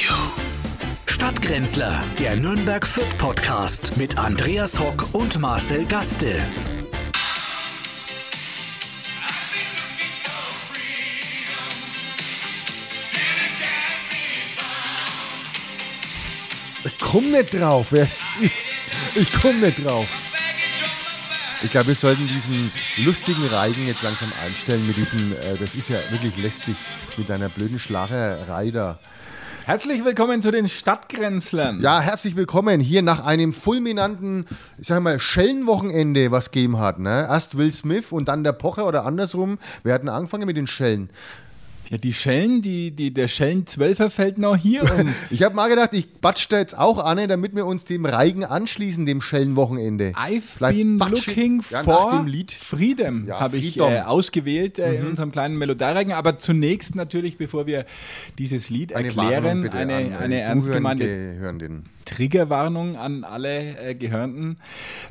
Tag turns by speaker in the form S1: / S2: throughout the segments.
S1: you. Stadtgrenzler, der Nürnberg Fürth Podcast mit Andreas Hock und Marcel Gaste.
S2: Ich komm nicht drauf. Wer es ist. Ich komm nicht drauf. Ich glaube, wir sollten diesen lustigen Reigen jetzt langsam einstellen mit diesem, äh, das ist ja wirklich lästig, mit deiner blöden Schlagerei da.
S3: Herzlich willkommen zu den Stadtgrenzlern.
S2: Ja, herzlich willkommen hier nach einem fulminanten, ich sag mal, Schellenwochenende, was gegeben hat. Ne? Erst Will Smith und dann der Pocher oder andersrum. Wir hatten angefangen mit den Schellen.
S3: Ja, die Schellen, die, die, der Schellen-Zwölfer fällt noch hier um.
S2: Ich habe mal gedacht, ich batsch da jetzt auch an, damit wir uns dem Reigen anschließen, dem Schellenwochenende.
S3: I've
S2: Vielleicht
S3: been
S2: batsch ich-
S3: looking
S2: ja,
S3: for
S2: nach dem Lied.
S3: Freedom,
S2: Ja,
S3: habe ich
S2: Freedom. Mhm.
S3: äh, ausgewählt äh, in unserem kleinen Melodiereigen. Aber zunächst natürlich, bevor wir dieses Lied erklären,
S2: bitte
S3: eine,
S2: an, äh,
S3: eine,
S2: die
S3: ernst gemeinte
S2: Zuhörenden. Hörenden.
S3: Triggerwarnung an alle äh, Gehörnten.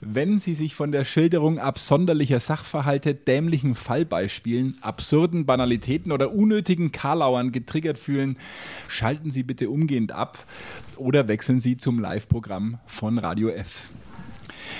S3: Wenn Sie sich von der Schilderung absonderlicher Sachverhalte, dämlichen Fallbeispielen, absurden Banalitäten oder unnötigen Karlauern getriggert fühlen, schalten Sie bitte umgehend ab oder wechseln Sie zum Live-Programm von Radio F.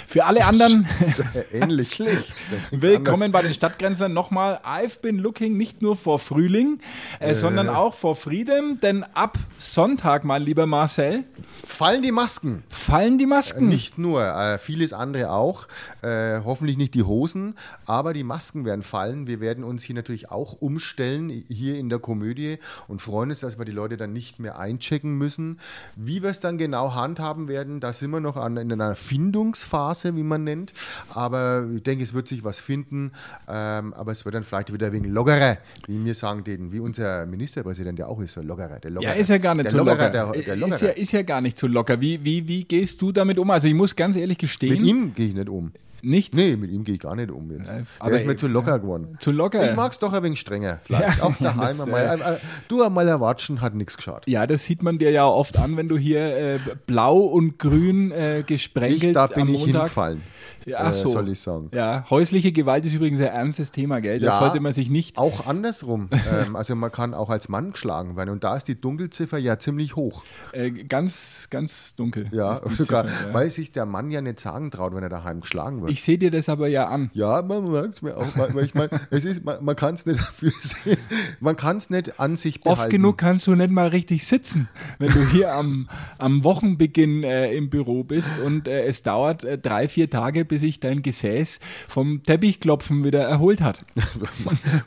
S3: Für alle anderen.
S2: So, äh, Ähnlich. So, nichts
S3: Willkommen
S2: anderes.
S3: bei den Stadtgrenzlern. Nochmal, I've been looking nicht nur vor Frühling, äh, sondern auch vor Freedom, denn ab Sonntag, mein lieber Marcel,
S2: Fallen die Masken?
S3: fallen die Masken.
S2: Nicht nur, äh, vieles andere auch. Äh, hoffentlich nicht die Hosen, aber die Masken werden fallen. Wir werden uns hier natürlich auch umstellen, hier in der Komödie und freuen uns, dass wir die Leute dann nicht mehr einchecken müssen. Wie wir es dann genau handhaben werden, da sind wir noch an, in einer Findungsphase, wie man nennt. Aber ich denke, es wird sich was finden. Ähm, aber es wird dann vielleicht wieder wegen lockerer, wie wir sagen, den, wie unser Ministerpräsident ja auch ist, so lockerer. Der lockerer.
S3: Ja, ist ja gar nicht
S2: der
S3: so
S2: Der,
S3: locker.
S2: der lockerer.
S3: ist, ja, ist ja gar nicht so locker. Wie, wie, wie gehst du damit um? Also ich muss ganz ehrlich gestehen,
S2: Mit ihm gehe ich nicht um.
S3: nicht
S2: Nee, mit ihm gehe ich gar nicht um jetzt.
S3: aber
S2: der ist mir
S3: eben,
S2: zu locker geworden.
S3: zu locker.
S2: Ich mag es doch ein wenig strenger. Vielleicht
S3: Ja,
S2: auch
S3: ja,
S2: daheim
S3: das,
S2: einmal.
S3: äh,
S2: Ein- ein- du einmal erwatschen, hat nichts geschadet.
S3: ja, das sieht man dir ja oft an, wenn du hier äh, blau und grün äh, gesprenkelt
S2: Ich, da bin
S3: am
S2: ich
S3: Montag.
S2: hingefallen.
S3: Ja, ach
S2: äh,
S3: so.
S2: soll ich sagen.
S3: Ja, häusliche Gewalt ist übrigens ein ernstes Thema, gell? Das
S2: Ja.
S3: sollte man sich nicht.
S2: Auch andersrum. ähm, also man kann auch als Mann geschlagen werden. Und da ist die Dunkelziffer ja ziemlich hoch.
S3: Äh, ganz, ganz dunkel.
S2: Ja,
S3: ist die
S2: sogar,
S3: Ziffer, ja.
S2: weil sich der Mann ja nicht sagen traut, wenn er daheim geschlagen wird.
S3: Ich sehe dir das aber ja an.
S2: Ja, man merkt es mir auch. Weil weil ich meine, es ist, man, man kann es nicht dafür sehen. Man kann es nicht an sich behalten.
S3: Oft genug kannst du nicht mal richtig sitzen, wenn du hier am, am Wochenbeginn äh, im Büro bist und äh, es dauert äh, drei, vier Tage, bis sich dein Gesäß vom Teppichklopfen wieder erholt hat.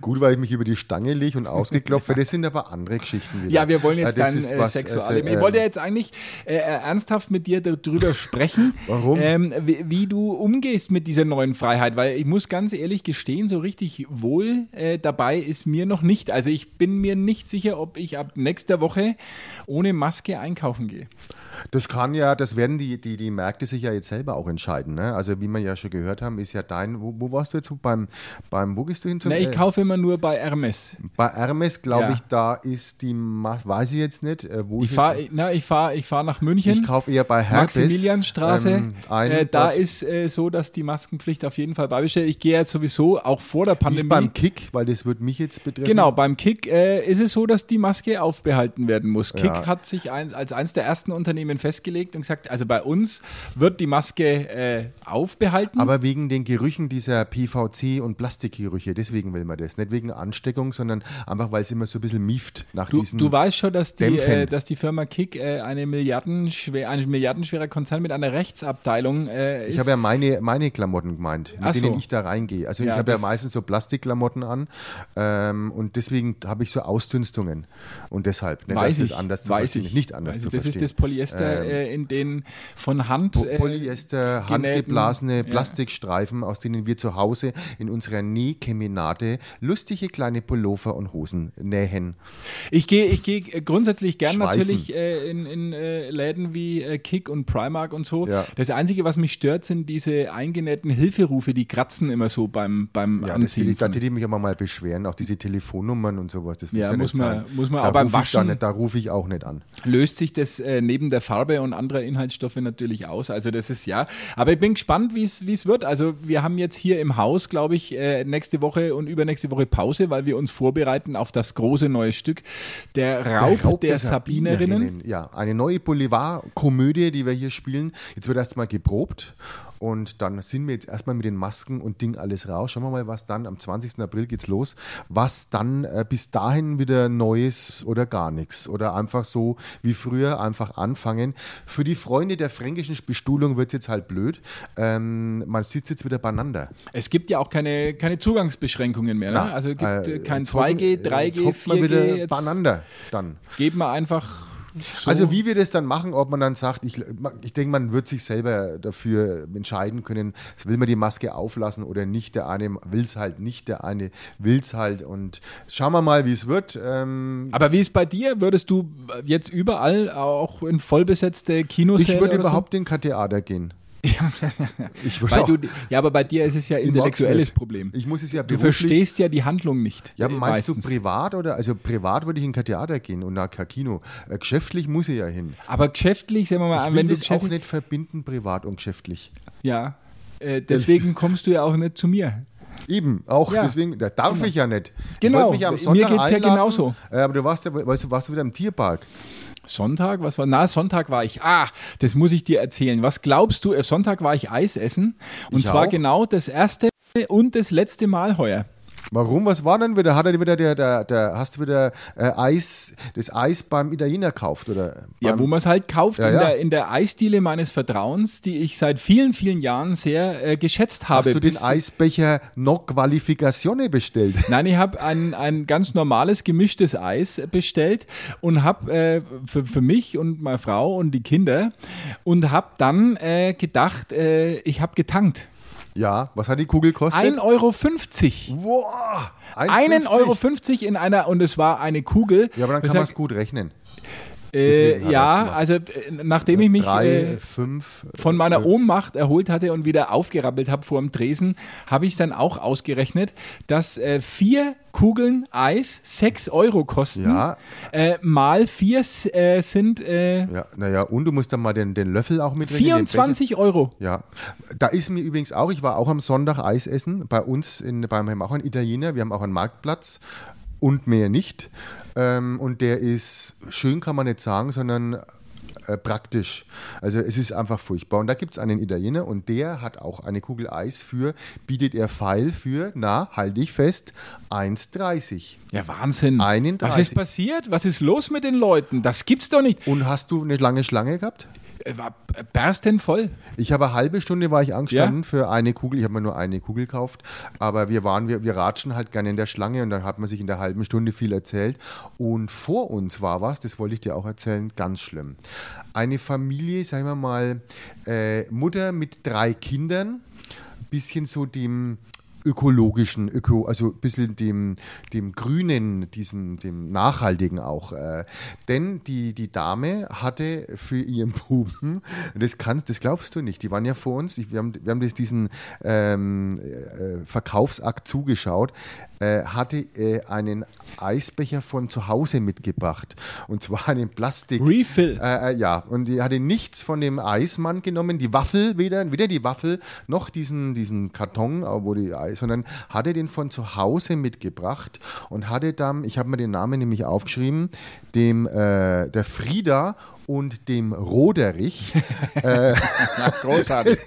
S2: Gut, weil ich mich über die Stange lege und ausgeklopft werde. Das sind aber andere Geschichten wieder.
S3: Ja, wir wollen
S2: Äh,
S3: jetzt
S2: das
S3: dein
S2: ist
S3: äh,
S2: was,
S3: Sexualleben.
S2: äh,
S3: ich wollte ja jetzt eigentlich äh, äh, ernsthaft mit dir darüber sprechen,
S2: Warum?
S3: Ähm, wie, wie du umgehst mit dieser neuen Freiheit, weil ich muss ganz ehrlich gestehen, so richtig wohl äh, dabei ist mir noch nicht. Also ich bin mir nicht sicher, ob ich ab nächster Woche ohne Maske einkaufen gehe.
S2: äh, Das kann ja, das werden die, die, die Märkte sich ja jetzt selber auch entscheiden. Ne? Also wie wir ja schon gehört haben, ist ja dein, wo, wo warst du jetzt beim, beim wo gehst du hin zum
S3: Na, ich
S2: äh,
S3: kaufe immer nur bei Hermes.
S2: Bei Hermes, glaube
S3: Ja.
S2: ich, da ist die, Ma- weiß ich jetzt nicht, äh, wo
S3: Ich
S2: ich
S3: fahre
S2: jetzt-
S3: na, ich fahr, ich fahr nach München.
S2: ich kaufe eher bei Hermes.
S3: Maximilianstraße,
S2: ähm, ein,
S3: äh, da
S2: dort
S3: ist äh, so, dass die Maskenpflicht auf jeden Fall beibestellt. Ich gehe ja sowieso auch vor der Pandemie.
S2: nicht beim Kick, also? weil das würde mich jetzt betreffen.
S3: Genau, beim Kick äh, ist es so, dass die Maske aufbehalten werden muss. Kick
S2: Ja.
S3: hat sich ein, als eines der ersten Unternehmen festgelegt und gesagt, also bei uns wird die Maske äh, aufbehalten.
S2: Aber wegen den Gerüchen dieser PVC- und Plastikgerüche, deswegen will man das. Nicht wegen Ansteckung, sondern einfach, weil es immer so ein bisschen mieft nach
S3: du,
S2: diesen.
S3: du weißt schon, dass die,
S2: Dämpfen.
S3: äh, dass die Firma Kick äh, eine Milliardenschwer, ein milliardenschwerer Konzern mit einer Rechtsabteilung äh, ist.
S2: ich habe ja meine, meine Klamotten gemeint,
S3: Ach
S2: mit denen
S3: so.
S2: ich da reingehe. Also
S3: Ja,
S2: ich habe ja
S3: das-
S2: meistens so Plastikklamotten an ähm, und deswegen habe ich so Ausdünstungen. Und deshalb, ne,
S3: weiß
S2: das ist
S3: ich,
S2: anders zu
S3: weiß
S2: verstehen.
S3: ich.
S2: Nicht anders
S3: weiß
S2: zu
S3: ich. Das
S2: verstehen. Ähm,
S3: ist das Polyester, äh, in den von Hand
S2: Po-
S3: äh,
S2: Polyester,
S3: genähten-
S2: handgeblasene
S3: ja.
S2: Plastikstreifen, aus denen wir zu Hause in unserer Nähkeminate lustige kleine Pullover und Hosen nähen.
S3: Ich gehe ich gehe äh, grundsätzlich gern
S2: Schweißen.
S3: natürlich äh, in, in äh, Läden wie äh, Kick und Primark und so.
S2: Ja.
S3: Das Einzige, was mich stört, sind diese eingenähten Hilferufe, die kratzen immer so beim, beim
S2: Ja, das,
S3: Anziehen.
S2: da
S3: von-
S2: hätte ich mich immer mal beschweren, auch diese Telefonnummern und sowas, das muss
S3: Ja,
S2: ja,
S3: muss
S2: nicht
S3: man-
S2: sein.
S3: muss man
S2: da
S3: auch beim
S2: ruf ich da
S3: Waschen-
S2: nicht- Da rufe ich auch nicht an.
S3: Löst sich das äh, neben der Farbe und anderer Inhaltsstoffe natürlich aus. Also das ist ja. Aber ich bin gespannt, wie es wird. Also wir haben jetzt hier im Haus, glaube ich, äh, nächste Woche und übernächste Woche Pause, weil wir uns vorbereiten auf das große neue Stück Der Raub der, Raub der, der Sabinerinnen. Sabinerinnen.
S2: Ja, eine neue Boulevardkomödie, die wir hier spielen. Jetzt wird erstmal geprobt. Und dann sind wir jetzt erstmal mit den Masken und Ding alles raus. Schauen wir mal, was dann am 20. April geht's los, was dann äh, bis dahin wieder Neues oder gar nichts oder einfach so wie früher einfach anfangen. Für die Freunde der fränkischen Bestuhlung wird's jetzt halt blöd. Ähm, man sitzt jetzt wieder beieinander.
S3: Es gibt ja auch keine, keine Zugangsbeschränkungen mehr. Ne?
S2: Na,
S3: also es gibt äh, kein
S2: jetzt
S3: 2G,
S2: hocken-
S3: 3G,
S2: jetzt hockt man
S3: 4G.
S2: wieder
S3: jetzt
S2: beieinander dann.
S3: geben wir einfach. So.
S2: Also wie wir das dann machen, ob man dann sagt, ich, ich denke, man wird sich selber dafür entscheiden können, will man die Maske auflassen oder nicht. Der eine will es halt nicht, der eine will es halt. Und schauen wir mal, wie es wird. Ähm,
S3: Aber wie ist bei dir? Würdest du jetzt überall auch in vollbesetzte Kinos
S2: ich würde überhaupt in kein Theater gehen. Ich würde
S3: Weil
S2: auch-
S3: du, ja, aber bei dir ist es ja
S2: Ich mag's
S3: intellektuelles
S2: nicht.
S3: Problem.
S2: Ich muss es ja
S3: du
S2: beruflich-
S3: verstehst ja die Handlung nicht.
S2: Ja,
S3: äh,
S2: meinst
S3: meistens.
S2: du privat oder? Also privat würde ich in kein Theater gehen und nach kein Kino. Äh, geschäftlich muss ich ja hin.
S3: Aber geschäftlich, sagen wir mal,
S2: Ich
S3: an,
S2: will
S3: wenn du
S2: das auch
S3: geschäftlich,
S2: nicht verbinden, privat und geschäftlich.
S3: ja, äh, deswegen kommst du ja auch nicht zu mir.
S2: Eben, auch
S3: Ja.
S2: deswegen, da darf ich ja nicht.
S3: Genau,
S2: Ich wollte mich ja am
S3: mir
S2: Sonntag
S3: geht's ja
S2: einladen,
S3: genauso.
S2: äh, Aber du warst ja, weißt du, warst du wieder im Tierpark.
S3: Sonntag, was war? Na, Sonntag war ich. Ah, das muss ich dir erzählen. Was glaubst du? äh, Sonntag war ich Eis essen und
S2: Ich
S3: zwar
S2: auch.
S3: genau das erste und das letzte Mal heuer.
S2: Warum? Was war denn wieder? Hat er wieder der, der, der hast du wieder äh, Eis, das Eis beim Italiener gekauft oder?
S3: Ja,
S2: beim,
S3: wo man es halt kauft,
S2: Ja,
S3: in,
S2: ja.
S3: Der, in der Eisdiele meines Vertrauens, die ich seit vielen, vielen Jahren sehr äh, geschätzt habe.
S2: Hast du den
S3: Bis-
S2: Eisbecher noch Qualifikatione bestellt?
S3: Nein, ich habe ein, ein ganz normales gemischtes Eis bestellt und habe äh, für, für mich und meine Frau und die Kinder und habe dann äh, gedacht, äh, ich habe getankt.
S2: Ja, was hat die Kugel gekostet?
S3: 1,50 Euro.
S2: Boah, 1,50.
S3: 1,50 Euro in einer, und es war eine Kugel.
S2: Ja, aber dann kann man
S3: Weshalb-
S2: es gut rechnen. deswegen
S3: äh,
S2: hat er's
S3: Ja,
S2: gemacht.
S3: also äh, nachdem ich mich
S2: Drei,
S3: äh,
S2: fünf.
S3: von meiner
S2: äh,
S3: Ohnmacht erholt hatte und wieder aufgerappelt habe vor dem Tresen, habe ich es dann auch ausgerechnet, dass äh, vier Kugeln Eis 6 Euro kosten,
S2: Ja.
S3: äh, mal vier s- äh, sind äh,
S2: Ja, naja, und du musst dann mal den, den Löffel auch mitrechnen. den Becher.
S3: 24 Euro.
S2: Ja, da ist mir übrigens auch, ich war auch am Sonntag Eis essen, bei uns, in, beim haben auch einen Italiener, wir haben auch einen Marktplatz und mehr nicht. Ähm, und der ist, schön kann man nicht sagen, sondern äh, praktisch. Also es ist einfach furchtbar. Und da gibt es einen Italiener und der hat auch eine Kugel Eis für, bietet er Pfeil für, na, halte ich fest, 1,30.
S3: Ja, Wahnsinn.
S2: 31.
S3: Was ist passiert? Was ist los mit den Leuten? Das gibt's doch nicht.
S2: Und hast du eine lange Schlange gehabt?
S3: Äh, War berstenvoll.
S2: Ich habe eine halbe Stunde war ich angestanden
S3: Ja?
S2: für eine Kugel. Ich habe mir nur eine Kugel gekauft. Aber wir waren, wir, wir ratschen halt gerne in der Schlange und dann hat man sich in der halben Stunde viel erzählt. Und vor uns war was, das wollte ich dir auch erzählen, ganz schlimm. Eine Familie, sagen wir mal, äh, Mutter mit drei Kindern, bisschen so dem ökologischen, öko, also ein bisschen dem, dem Grünen, diesem, dem Nachhaltigen auch. Äh, denn die, die Dame hatte für ihren Buben, das kannst, das glaubst du nicht, die waren ja vor uns, ich, wir haben, wir haben das, diesen ähm, äh, Verkaufsakt zugeschaut, äh, hatte äh, einen Eisbecher von zu Hause mitgebracht. Und zwar einen Plastik.
S3: Refill.
S2: Äh, äh, ja, und die hatte nichts von dem Eismann genommen, die Waffel, weder, weder die Waffel noch diesen, diesen Karton, äh, wo die Eis, sondern hatte den von zu Hause mitgebracht und hatte dann, ich habe mir den Namen nämlich aufgeschrieben, dem äh, der Frieda und dem Roderich
S3: Großartig.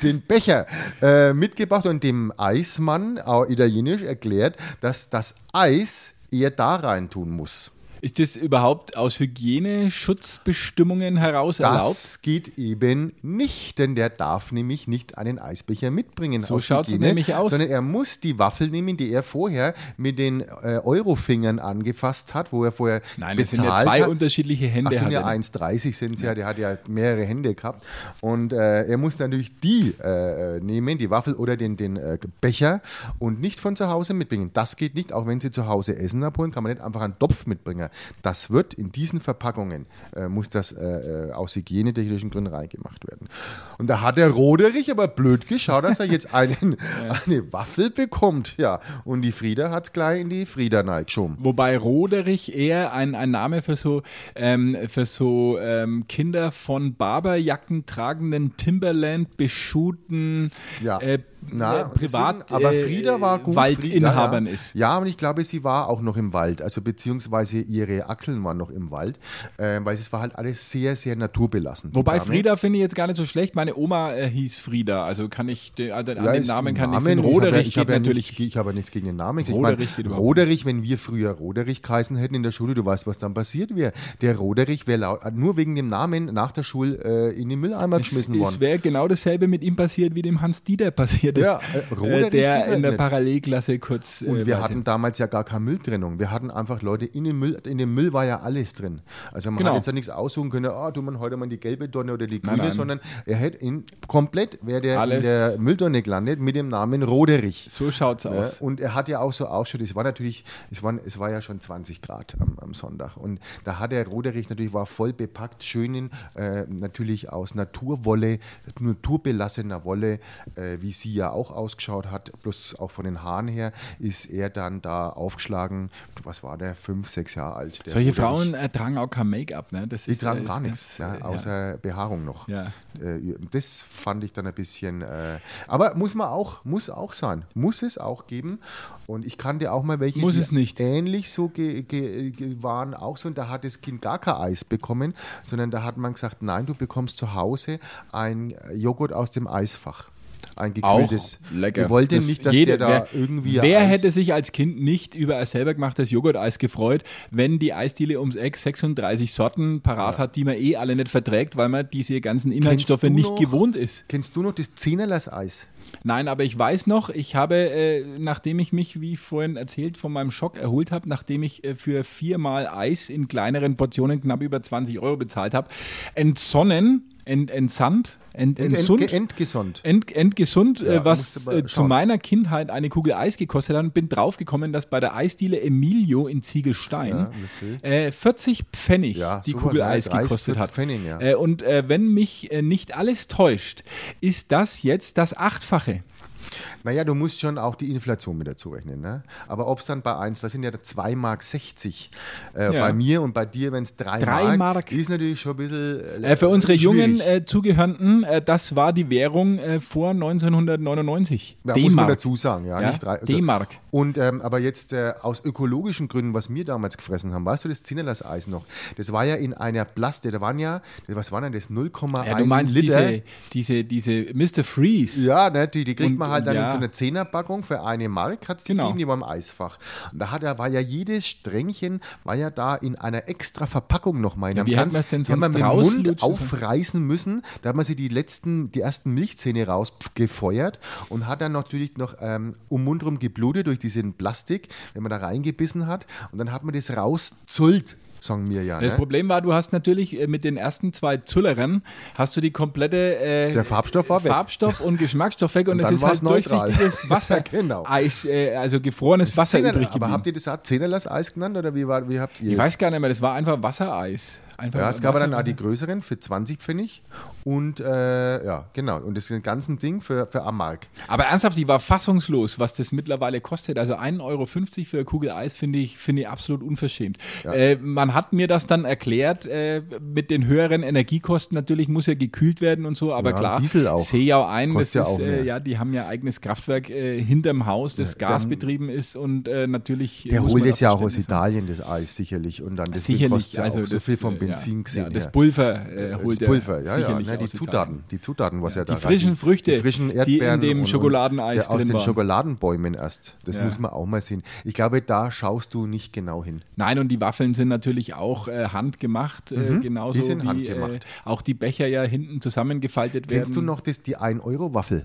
S2: den Becher äh, mitgebracht und dem Eismann, auch italienisch, erklärt, dass das Eis eher da rein tun muss.
S3: ist das überhaupt aus Hygieneschutzbestimmungen heraus erlaubt?
S2: Das geht eben nicht, denn der darf nämlich nicht einen Eisbecher mitbringen.
S3: So
S2: aus
S3: schaut's
S2: Hygiene,
S3: nämlich aus.
S2: Sondern er muss die Waffel nehmen, die er vorher mit den äh, Eurofingern angefasst hat, wo er vorher
S3: Nein, das
S2: bezahlt
S3: sind ja zwei
S2: hat.
S3: unterschiedliche Hände.
S2: Ach, sind
S3: hat
S2: ja
S3: er.
S2: 1,30 sind sie ja, der hat ja mehrere Hände gehabt. Und äh, er muss natürlich die äh, äh, nehmen, die Waffel oder den, den äh, Becher und nicht von zu Hause mitbringen. Das geht nicht, auch wenn sie zu Hause Essen abholen, kann man nicht einfach einen Topf mitbringen. Das wird in diesen Verpackungen, äh, muss das äh, äh, aus hygienetechnischen Gründen reingemacht werden. Und da hat der Roderich aber blöd geschaut, dass er jetzt einen, eine Waffel bekommt. Ja, und die Frieda hat es gleich in die Frieda geschoben.
S3: Wobei Roderich eher ein, ein Name für so, ähm, für so ähm, Kinder von Barberjacken tragenden, Timberland beschuhten
S2: Ja.
S3: äh,
S2: Na,
S3: äh, Privat
S2: deswegen, aber
S3: äh,
S2: Frieda war gut.
S3: Waldinhabern
S2: Frieda, ja.
S3: ist.
S2: Ja, und ich glaube, sie war auch noch im Wald, also beziehungsweise ihre Achseln waren noch im Wald, äh, weil es war halt alles sehr, sehr naturbelassen. die
S3: Wobei
S2: Dame.
S3: Frieda finde ich jetzt gar nicht so schlecht. Meine Oma äh, hieß Frieda, also kann ich den, an den
S2: Ja,
S3: den
S2: ist
S3: Namen
S2: ein
S3: kann
S2: Name.
S3: ich.
S2: Ich habe ja-
S3: Roderich
S2: ich habe
S3: geht
S2: ja
S3: natürlich.
S2: Nichts, ge- ich habe ja nichts gegen den Namen. Ich
S3: Roderich
S2: meine,
S3: geht überhaupt
S2: Roderich, wenn wir früher Roderich geheißen hätten in der Schule, du weißt, was dann passiert wäre. Der Roderich wäre laut- nur wegen dem Namen nach der Schule äh, in den Mülleimer geschmissen
S3: es
S2: worden.
S3: wäre genau dasselbe mit ihm passiert, wie dem Hans Dieter passiert ist,
S2: Ja, äh, Roderich
S3: äh, der
S2: geht halt
S3: in der
S2: nicht.
S3: Parallelklasse kurz.
S2: Und
S3: äh,
S2: wir
S3: weit
S2: hatten
S3: hin-
S2: damals ja gar keine Mülltrennung. Wir hatten einfach Leute, in dem Müll, in dem Müll war ja alles drin. Also man
S3: Genau.
S2: hat jetzt ja nichts aussuchen können, ah, tun man heute mal die gelbe Tonne oder die grüne,
S3: nein.
S2: sondern er hätte in, komplett wäre der in
S3: Alles.
S2: der Mülltonne gelandet mit dem Namen Roderich.
S3: so schaut's
S2: Ne?
S3: aus.
S2: Und er hat ja auch so Ausschnitte. Es war natürlich, es, waren, es war ja schon 20 Grad am, am Sonntag. Und da hat der Roderich natürlich, war voll bepackt, schönen, äh, natürlich aus Naturwolle, naturbelassener Wolle, äh, wie sie ja auch ausgeschaut hat, plus auch von den Haaren her, ist er dann da aufgeschlagen. Was war der? Fünf, sechs Jahre alt. Der
S3: Solche
S2: Roderich.
S3: Frauen äh, tragen auch kein Make-up, ne? Das
S2: Die
S3: ist,
S2: tragen
S3: äh,
S2: gar
S3: ist-
S2: nichts,
S3: ist,
S2: ja,
S3: äh,
S2: außer Behaarung noch.
S3: Ja.
S2: Äh, Das fand ich dann ein bisschen. Äh, aber muss man auch, muss auch sein. Muss es auch geben. Und ich kannte auch mal welche,
S3: Muss
S2: die
S3: es nicht.
S2: ähnlich so ge, ge, ge waren auch so. Und da hat das Kind gar kein Eis bekommen, sondern da hat man gesagt: Nein, du bekommst zu Hause ein Joghurt aus dem Eisfach. Ein gekühltes.
S3: lecker.
S2: Ich wollte
S3: Das-
S2: nicht, dass
S3: jeder-
S2: der da
S3: wer,
S2: irgendwie.
S3: Wer
S2: Eis-
S3: hätte sich als Kind nicht über ein selber gemachtes Joghurt-Eis gefreut, wenn die Eisdiele ums Eck 36 Sorten parat hat, die man eh alle nicht verträgt, weil man diese ganzen Inhaltsstoffe
S2: du
S3: nicht
S2: noch-
S3: gewohnt ist?
S2: Kennst du noch das Zehnerlers Eis?
S3: Nein, aber ich weiß noch, ich habe, äh, nachdem ich mich, wie vorhin erzählt, von meinem Schock erholt habe, nachdem ich äh, für viermal Eis in kleineren Portionen knapp über 20 Euro bezahlt habe, entsonnen, ent, entsandt, ent, entsund,
S2: Entge- Entgesund.
S3: End, endgesund, äh, was
S2: musst du mal
S3: äh, zu
S2: schauen.
S3: meiner Kindheit eine Kugel Eis gekostet hat und bin draufgekommen, dass bei der Eisdiele Emilio in Ziegelstein äh, 40 Pfennig
S2: Ja,
S3: die
S2: sowas,
S3: Kugel
S2: ja,
S3: Eis
S2: 30,
S3: gekostet
S2: 40
S3: hat.
S2: Pfennig, ja.
S3: äh, und äh, wenn mich äh, nicht alles täuscht, ist das jetzt das Achtfache.
S2: Naja, du musst schon auch die Inflation mit dazu rechnen. Ne? Aber ob es dann bei 1, das sind ja 2,60 Mark äh,
S3: Ja.
S2: bei mir und bei dir, wenn es 3,
S3: Drei
S2: Mark,
S3: Mark.
S2: ist natürlich schon ein bisschen.
S3: Äh, für unsere
S2: schwierig.
S3: jungen äh, Zugehörnten, äh, das war die Währung äh, vor 1999.
S2: Ja, muss man
S3: D-Mark.
S2: dazu sagen, ja.
S3: Ja,
S2: nicht drei- also
S3: D-Mark.
S2: Und ähm, aber jetzt äh, aus ökologischen Gründen, was wir damals gefressen haben, weißt du das Zinnerlass Eis noch? Das war ja in einer Plaste, da waren ja, was war denn das? 0,1
S3: Ja, du meinst
S2: Liter.
S3: diese, diese, diese Mr. Freeze.
S2: Ja, ne, die, die kriegt
S3: Und- äh,
S2: man halt dann
S3: ja.
S2: in so einer Zehnerpackung für eine Mark, hat es
S3: Genau.
S2: gegeben, die war im Eisfach. Und da hat er, war ja jedes Strängchen, war ja da in einer extra Verpackung nochmal. in einem
S3: wie hätten
S2: ganz-
S3: wir's denn
S2: die hat man
S3: sonst
S2: mit dem Mund
S3: rauslutschen sollen?
S2: aufreißen müssen. Da hat man sich die letzten, die ersten Milchzähne rausgefeuert und hat dann natürlich noch ähm, um Mund rum geblutet durch diesen Plastik, wenn man da reingebissen hat. Und dann hat man das rauszullt, sagen wir ja.
S3: Das
S2: Ne?
S3: Problem war, du hast natürlich äh, mit den ersten zwei Züllerern hast du die komplette äh,
S2: Der Farbstoff war weg.
S3: Farbstoff und Geschmacksstoff weg und, es
S2: dann
S3: ist
S2: war's
S3: halt
S2: neutral.
S3: durchsichtiges Wasser,
S2: Ja, genau.
S3: Eis, äh, also gefrorenes Wasser
S2: Zehnerl-
S3: übrig
S2: aber habt
S3: geblieben.
S2: ihr das auch Zehnerlass-Eis genannt oder wie, war, wie habt ihr
S3: Ich
S2: es?
S3: weiß gar nicht mehr, das war einfach Wassereis. Einfach
S2: Ja, es gab
S3: Wasser-
S2: dann auch die größeren für 20 Pfennig und äh, ja, genau. Und das ganze Ding für, für Amark.
S3: Aber ernsthaft, ich war fassungslos, was das mittlerweile kostet. Also 1,50 Euro für eine Kugel Eis finde ich, finde ich absolut unverschämt. Äh, man hat mir das dann erklärt, äh, mit den höheren Energiekosten natürlich muss ja gekühlt werden und so, aber
S2: Ja,
S3: klar,
S2: Diesel auch.
S3: sehe ja auch ein, das
S2: Kostet ja
S3: ist,
S2: auch
S3: äh,
S2: mehr.
S3: ja, die haben ja eigenes Kraftwerk äh, hinterm Haus, das gasbetrieben ist und äh, natürlich.
S2: Der
S3: muss
S2: holt
S3: man
S2: es ja auch aus
S3: Verständnis haben.
S2: Italien, das Eis sicherlich. Und dann das Ding kostet
S3: Sicherlich,
S2: ja
S3: also
S2: auch
S3: das,
S2: so viel vom
S3: äh,
S2: Benzin
S3: ja,
S2: gesehen.
S3: ja, das
S2: her.
S3: Pulver äh,
S2: Das
S3: holt er
S2: Pulver, ja, ja,
S3: sicherlich
S2: ne, die
S3: aus Italien.
S2: Zutaten, die Zutaten, was ja, da
S3: die frischen
S2: rein-
S3: Früchte,
S2: die frischen
S3: die in
S2: Erdbeeren
S3: dem
S2: und- und
S3: Schokoladeneis
S2: der- aus
S3: drin
S2: den
S3: waren.
S2: Schokoladenbäumen erst. Das
S3: Ja.
S2: muss man auch mal sehen. Ich glaube, da schaust du nicht genau hin.
S3: Nein, und die Waffeln sind natürlich auch äh, handgemacht, äh, genauso
S2: Mhm, die sind
S3: wie Äh,
S2: handgemacht.
S3: auch die Becher ja hinten zusammengefaltet werden.
S2: Kennst du noch das, die 1-Euro-Waffel?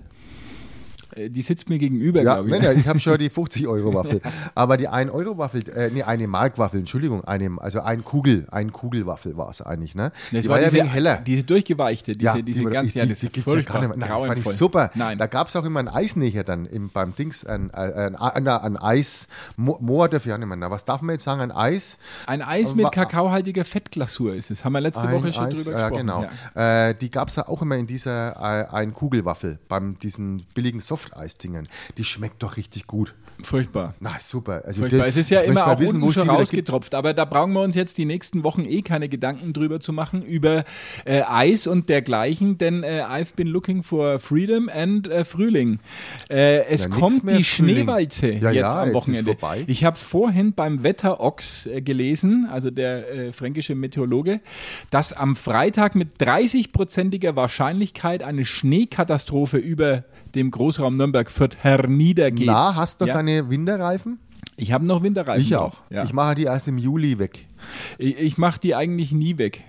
S3: Äh, Die sitzt mir gegenüber,
S2: Ja,
S3: glaube ich.
S2: nein, nein, ich habe schon die 50-Euro-Waffel. Aber die 1-Euro-Waffel, äh, nee, eine Mark-Waffel, Entschuldigung, eine, also ein Kugel, ein Kugelwaffel war es eigentlich, ne?
S3: Das
S2: die war, ja
S3: diese,
S2: wegen heller.
S3: Diese durchgeweichte, diese, diese
S2: war-
S3: ganzen, ja,
S2: die,
S3: das
S2: die
S3: ist
S2: gibt's ja
S3: furchtbar,
S2: gar nicht mehr. Nein, fand ich
S3: grauenvoll.
S2: super.
S3: Nein,
S2: Da gab es auch immer einen Eisnäher dann im, beim Dings, ein, ein, ein, ein, ein Eis, Mo- Moor darf ich auch nicht mehr. Na, was darf man jetzt sagen, ein Eis?
S3: ein Eis mit
S2: Wa-
S3: kakaohaltiger Fettglasur ist es. Haben wir letzte
S2: Ein
S3: Woche schon
S2: Eis,
S3: drüber
S2: ja,
S3: gesprochen.
S2: Genau.
S3: Ja.
S2: Äh, die gab es ja auch immer in dieser äh, ein Kugelwaffel, beim diesen billigen Softeis-Dingen. Die schmeckt doch richtig gut.
S3: Furchtbar.
S2: Na, super. Also
S3: Furchtbar.
S2: die-
S3: Es ist ja
S2: ich
S3: immer
S2: möchte mal
S3: auch
S2: wissen, wo es
S3: unten
S2: die
S3: schon
S2: wieder gibt.
S3: rausgetropft, aber da brauchen wir uns jetzt die nächsten Wochen eh keine Gedanken drüber zu machen über äh, Eis und dergleichen, denn äh, I've been looking for freedom and äh, Frühling. Äh, es
S2: Ja, nix
S3: kommt
S2: mehr
S3: die
S2: Frühling.
S3: Schneewalze
S2: Ja,
S3: jetzt
S2: ja, jetzt
S3: am
S2: ist
S3: Wochenende.
S2: vorbei.
S3: ich habe vorhin beim Wetterochs äh, gelesen, also der äh, fränkische Meteorologe, dass am Freitag mit 30-prozentiger Wahrscheinlichkeit eine Schneekatastrophe über dem Großraum Nürnberg-Fürth herniedergeht.
S2: Na, hast doch
S3: Ja.
S2: deine Winterreifen?
S3: Ich habe noch Winterreifen.
S2: Ich auch.
S3: drauf. Ja.
S2: Ich mache die erst im Juli weg.
S3: Ich, ich mache die eigentlich nie weg.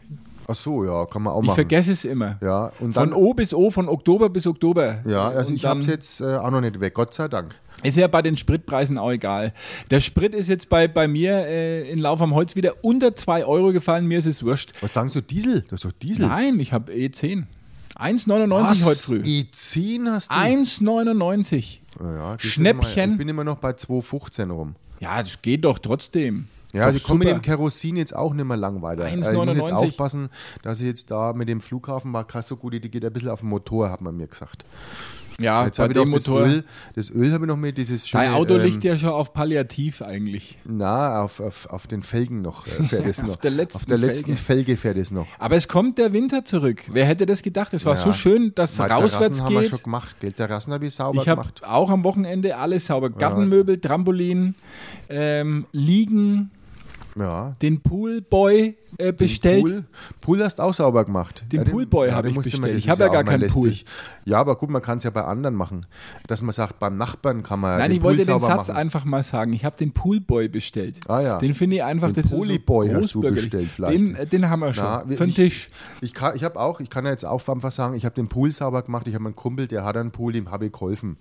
S2: Ach so, ja, kann man auch
S3: Ich
S2: machen.
S3: vergesse es immer.
S2: Ja, und
S3: von
S2: dann.
S3: O bis O, von Oktober bis Oktober.
S2: ja, also
S3: Und
S2: ich
S3: dann-
S2: habe es jetzt äh, auch noch nicht weg, Gott sei Dank.
S3: Ist ja bei den Spritpreisen auch egal. Der Sprit ist jetzt bei, bei mir äh, in Lauf am Holz wieder unter 2 Euro gefallen. Mir ist es wurscht.
S2: Was sagen so Diesel? Das ist doch Diesel.
S3: Nein, ich eh habe E10. 1,99
S2: Hm. Was?
S3: heute früh.
S2: E10 hast du?
S3: 1,99.
S2: Ja, das ist
S3: Schnäppchen.
S2: Immer, ich bin immer noch bei 2,15 rum.
S3: Ja, das geht doch trotzdem.
S2: Ja,
S3: Doch
S2: also ich komme mit
S3: super.
S2: dem Kerosin jetzt auch nicht mehr lang weiter. Äh, Ich muss jetzt
S3: 1,99.
S2: aufpassen, dass ich jetzt da mit dem Flughafen war, krass so gut, die geht ein bisschen auf den Motor, hat man mir gesagt.
S3: Ja,
S2: Jetzt
S3: bei
S2: habe ich doch
S3: dem
S2: das
S3: Motor.
S2: Öl, das Öl habe ich noch mit, dieses schöne,
S3: Ah, Dein Auto
S2: ähm,
S3: liegt ja schon auf Palliativ eigentlich.
S2: Na, auf, auf, auf den Felgen noch äh, fährt es noch.
S3: der letzten
S2: auf der letzten Felge, fährt es noch.
S3: Aber es kommt der Winter zurück. Wer hätte das gedacht? Es war
S2: Ja.
S3: so schön, dass
S2: Mal
S3: rauswärts
S2: Terrassen haben wir
S3: geht.
S2: schon gemacht. Gell? Terrassen habe ich sauber
S3: Ich habe
S2: gemacht.
S3: auch am Wochenende alles sauber. Gartenmöbel, Trampolin, ähm, Liegen,
S2: Ja.
S3: den Poolboy äh, bestellt.
S2: Pool, Pool hast du auch sauber gemacht.
S3: Den Poolboy habe
S2: den
S3: ich
S2: musste man-
S3: bestellt.
S2: das
S3: Ich
S2: ist
S3: habe ja gar
S2: auch immer
S3: keinen Pool.
S2: Ja, aber gut, man kann es ja bei anderen machen. Dass man sagt, beim Nachbarn kann man
S3: Nein,
S2: den
S3: ich wollte
S2: Pool
S3: den
S2: sauber
S3: Satz
S2: machen.
S3: einfach mal sagen. Ich habe den Poolboy bestellt.
S2: Ah, ja.
S3: Den finde ich einfach,
S2: Den
S3: das ist so
S2: Poolboy hast du
S3: großbürgerlich.
S2: bestellt vielleicht.
S3: Den, äh, den haben wir schon.
S2: Na, wir-
S3: Für den
S2: ich-
S3: Tisch.
S2: Ich, kann, ich habe auch, ich kann ja jetzt auch einfach sagen, ich habe den Pool sauber gemacht. Ich habe einen Kumpel, der hat einen Pool, ihm habe ich geholfen.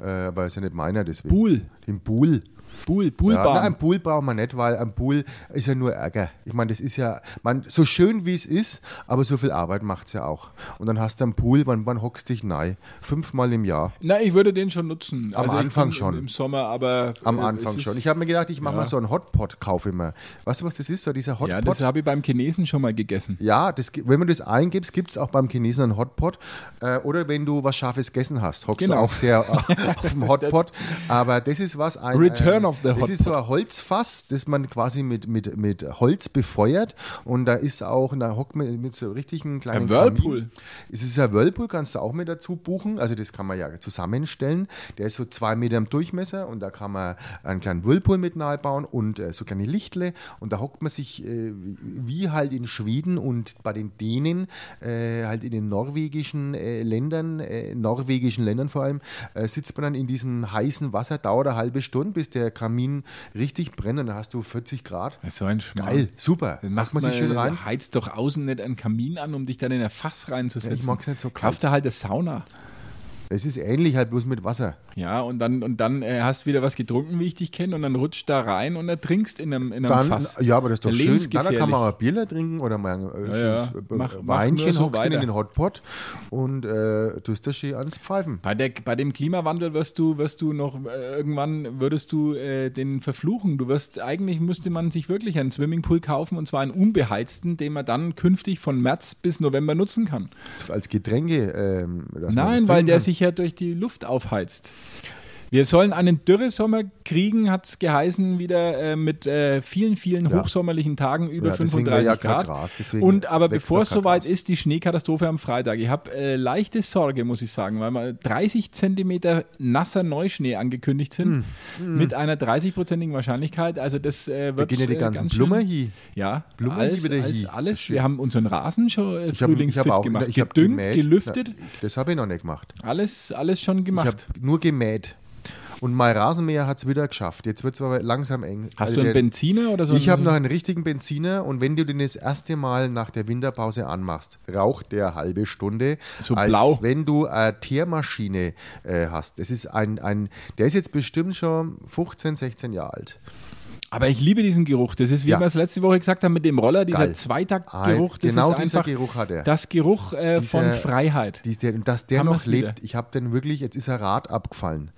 S2: Äh, aber ist ja nicht meiner deswegen.
S3: Pool.
S2: Den Pool.
S3: Pool,
S2: Ja,
S3: Poolbahn.
S2: nein, einen Pool brauchen wir nicht, weil ein Pool ist ja nur Ärger. Ich meine, das ist ja, man, so schön wie es ist, aber so viel Arbeit macht es ja auch. Und dann hast du einen Pool, wann, wann hockst dich? Nein, fünfmal im Jahr.
S3: Na, ich würde den schon nutzen.
S2: Am
S3: Also ich
S2: Anfang
S3: bin
S2: schon.
S3: Im, Im Sommer, aber.
S2: Am
S3: äh, es
S2: Anfang
S3: ist-
S2: schon. Ich habe mir gedacht, ich mache mal so einen Hotpot, kaufe immer. Weißt du, was das ist? So dieser Hotpot.
S3: ja, das habe ich beim Chinesen schon mal gegessen.
S2: Ja, das, gi- wenn man das eingibst, gibt es auch beim Chinesen einen Hotpot. Äh, oder wenn du was Scharfes gegessen hast, hockst
S3: Genau.
S2: du auch sehr auf dem Hotpot. Aber das ist was ein.
S3: Return of the
S2: Das
S3: Hot
S2: ist so ein Holzfass, das man quasi mit, mit, mit Holz befeuert. Und da ist auch, da hockt man mit so richtigen kleinen.
S3: Ein Whirlpool.
S2: Kamin. Es ist ein Whirlpool, kannst du auch mit dazu buchen. Also das kann man ja zusammenstellen. Der ist so zwei Meter im Durchmesser und da kann man einen kleinen Whirlpool mit nahe bauen und äh, so kleine Lichtle. Und da hockt man sich äh, wie- wie halt in Schweden und bei den Dänen, äh, halt in den norwegischen äh, Ländern, äh, norwegischen Ländern vor allem, äh, sitzt man dann in diesem heißen Wasser, dauert eine halbe Stunde, bis der Kamin richtig brennt und dann hast du 40 Grad.
S3: Das ist so ein Schmarrn.
S2: Geil, super.
S3: Dann
S2: Macht man sich schön rein.
S3: Heizt äh, doch außen nicht einen Kamin an, um dich dann in ein Fass reinzusetzen.
S2: Ja, ich mag's nicht so kalt.
S3: Kauf dir halt eine Sauna.
S2: Es ist ähnlich halt bloß mit Wasser.
S3: Ja, und dann, und dann äh, hast wieder was getrunken, wie ich dich kenne, und dann rutscht da rein und ertrinkst in einem, in einem
S2: Dann,
S3: Fass.
S2: ja, aber das ist doch
S3: Dann
S2: schön. Dann
S3: lebensgefährlich.
S2: kann man mal ein Bierler trinken oder mal ein äh,
S3: Ja,
S2: schönes,
S3: ja.
S2: äh,
S3: Mach- mach nur
S2: Weinchen,
S3: so
S2: hockst ihn
S3: weiter.
S2: in den Hotpot und äh, tust das schön ans Pfeifen.
S3: Bei, der, bei dem Klimawandel wirst du, wirst du noch äh, irgendwann würdest du äh, den verfluchen. Du wirst eigentlich müsste man sich wirklich einen Swimmingpool kaufen und zwar einen unbeheizten, den man dann künftig von März bis November nutzen kann.
S2: Als Getränke. Ähm, dass man das
S3: Nein,
S2: trinken
S3: weil der
S2: kann.
S3: sich ja durch die Luft aufheizt. Wir sollen einen Dürresommer kriegen, hat es geheißen, wieder äh, mit äh, vielen, vielen
S2: Ja.
S3: hochsommerlichen Tagen über
S2: Ja, deswegen war
S3: 35
S2: ja kein
S3: Grad.
S2: Gras, deswegen
S3: Und aber
S2: es wächst
S3: bevor
S2: doch
S3: es
S2: kein
S3: soweit
S2: Gras.
S3: ist, die Schneekatastrophe am Freitag. Ich habe äh, leichte Sorge, muss ich sagen, weil mal 30 Zentimeter nasser Neuschnee angekündigt
S2: Hm.
S3: sind mit einer 30-prozentigen Wahrscheinlichkeit. Also das äh,
S2: Da
S3: wird
S2: gehen ja die
S3: äh,
S2: ganzen
S3: ganz schön-
S2: Blumen hier.
S3: ja,
S2: Blumen, die
S3: alles,
S2: wieder
S3: alles,
S2: hier. So
S3: alles.
S2: schön.
S3: Wir haben unseren Rasen schon äh,
S2: Ich habe
S3: frühlings
S2: ich hab auch
S3: gemacht,
S2: ich hab
S3: gedüngt,
S2: gemäht.
S3: gelüftet,
S2: Na, das habe ich noch nicht gemacht.
S3: alles, alles schon
S2: Ich
S3: gemacht.
S2: habe nur gemäht. Und mein Rasenmäher hat es wieder geschafft. Jetzt wird es aber langsam eng.
S3: Hast
S2: Also
S3: du einen
S2: der-
S3: Benziner oder so?
S2: Ich habe
S3: einen-
S2: noch einen richtigen Benziner und wenn du den das erste Mal nach der Winterpause anmachst, raucht der halbe Stunde.
S3: So
S2: als
S3: blau.
S2: wenn du eine Teermaschine äh, hast. Das ist ein, ein, der ist jetzt bestimmt schon 15, 16 Jahre alt.
S3: Aber ich liebe diesen Geruch. Das ist, wie
S2: Ja.
S3: wir es letzte Woche gesagt haben, mit dem Roller, dieser
S2: Geil.
S3: Zweitaktgeruch. Das
S2: Genau
S3: ist
S2: dieser
S3: einfach
S2: Geruch hat er.
S3: Das Geruch äh, von
S2: Dieser-
S3: Freiheit.
S2: Die ist der, und dass der
S3: Haben
S2: noch
S3: wir's wieder.
S2: lebt, ich habe den wirklich, jetzt ist er Rad abgefallen.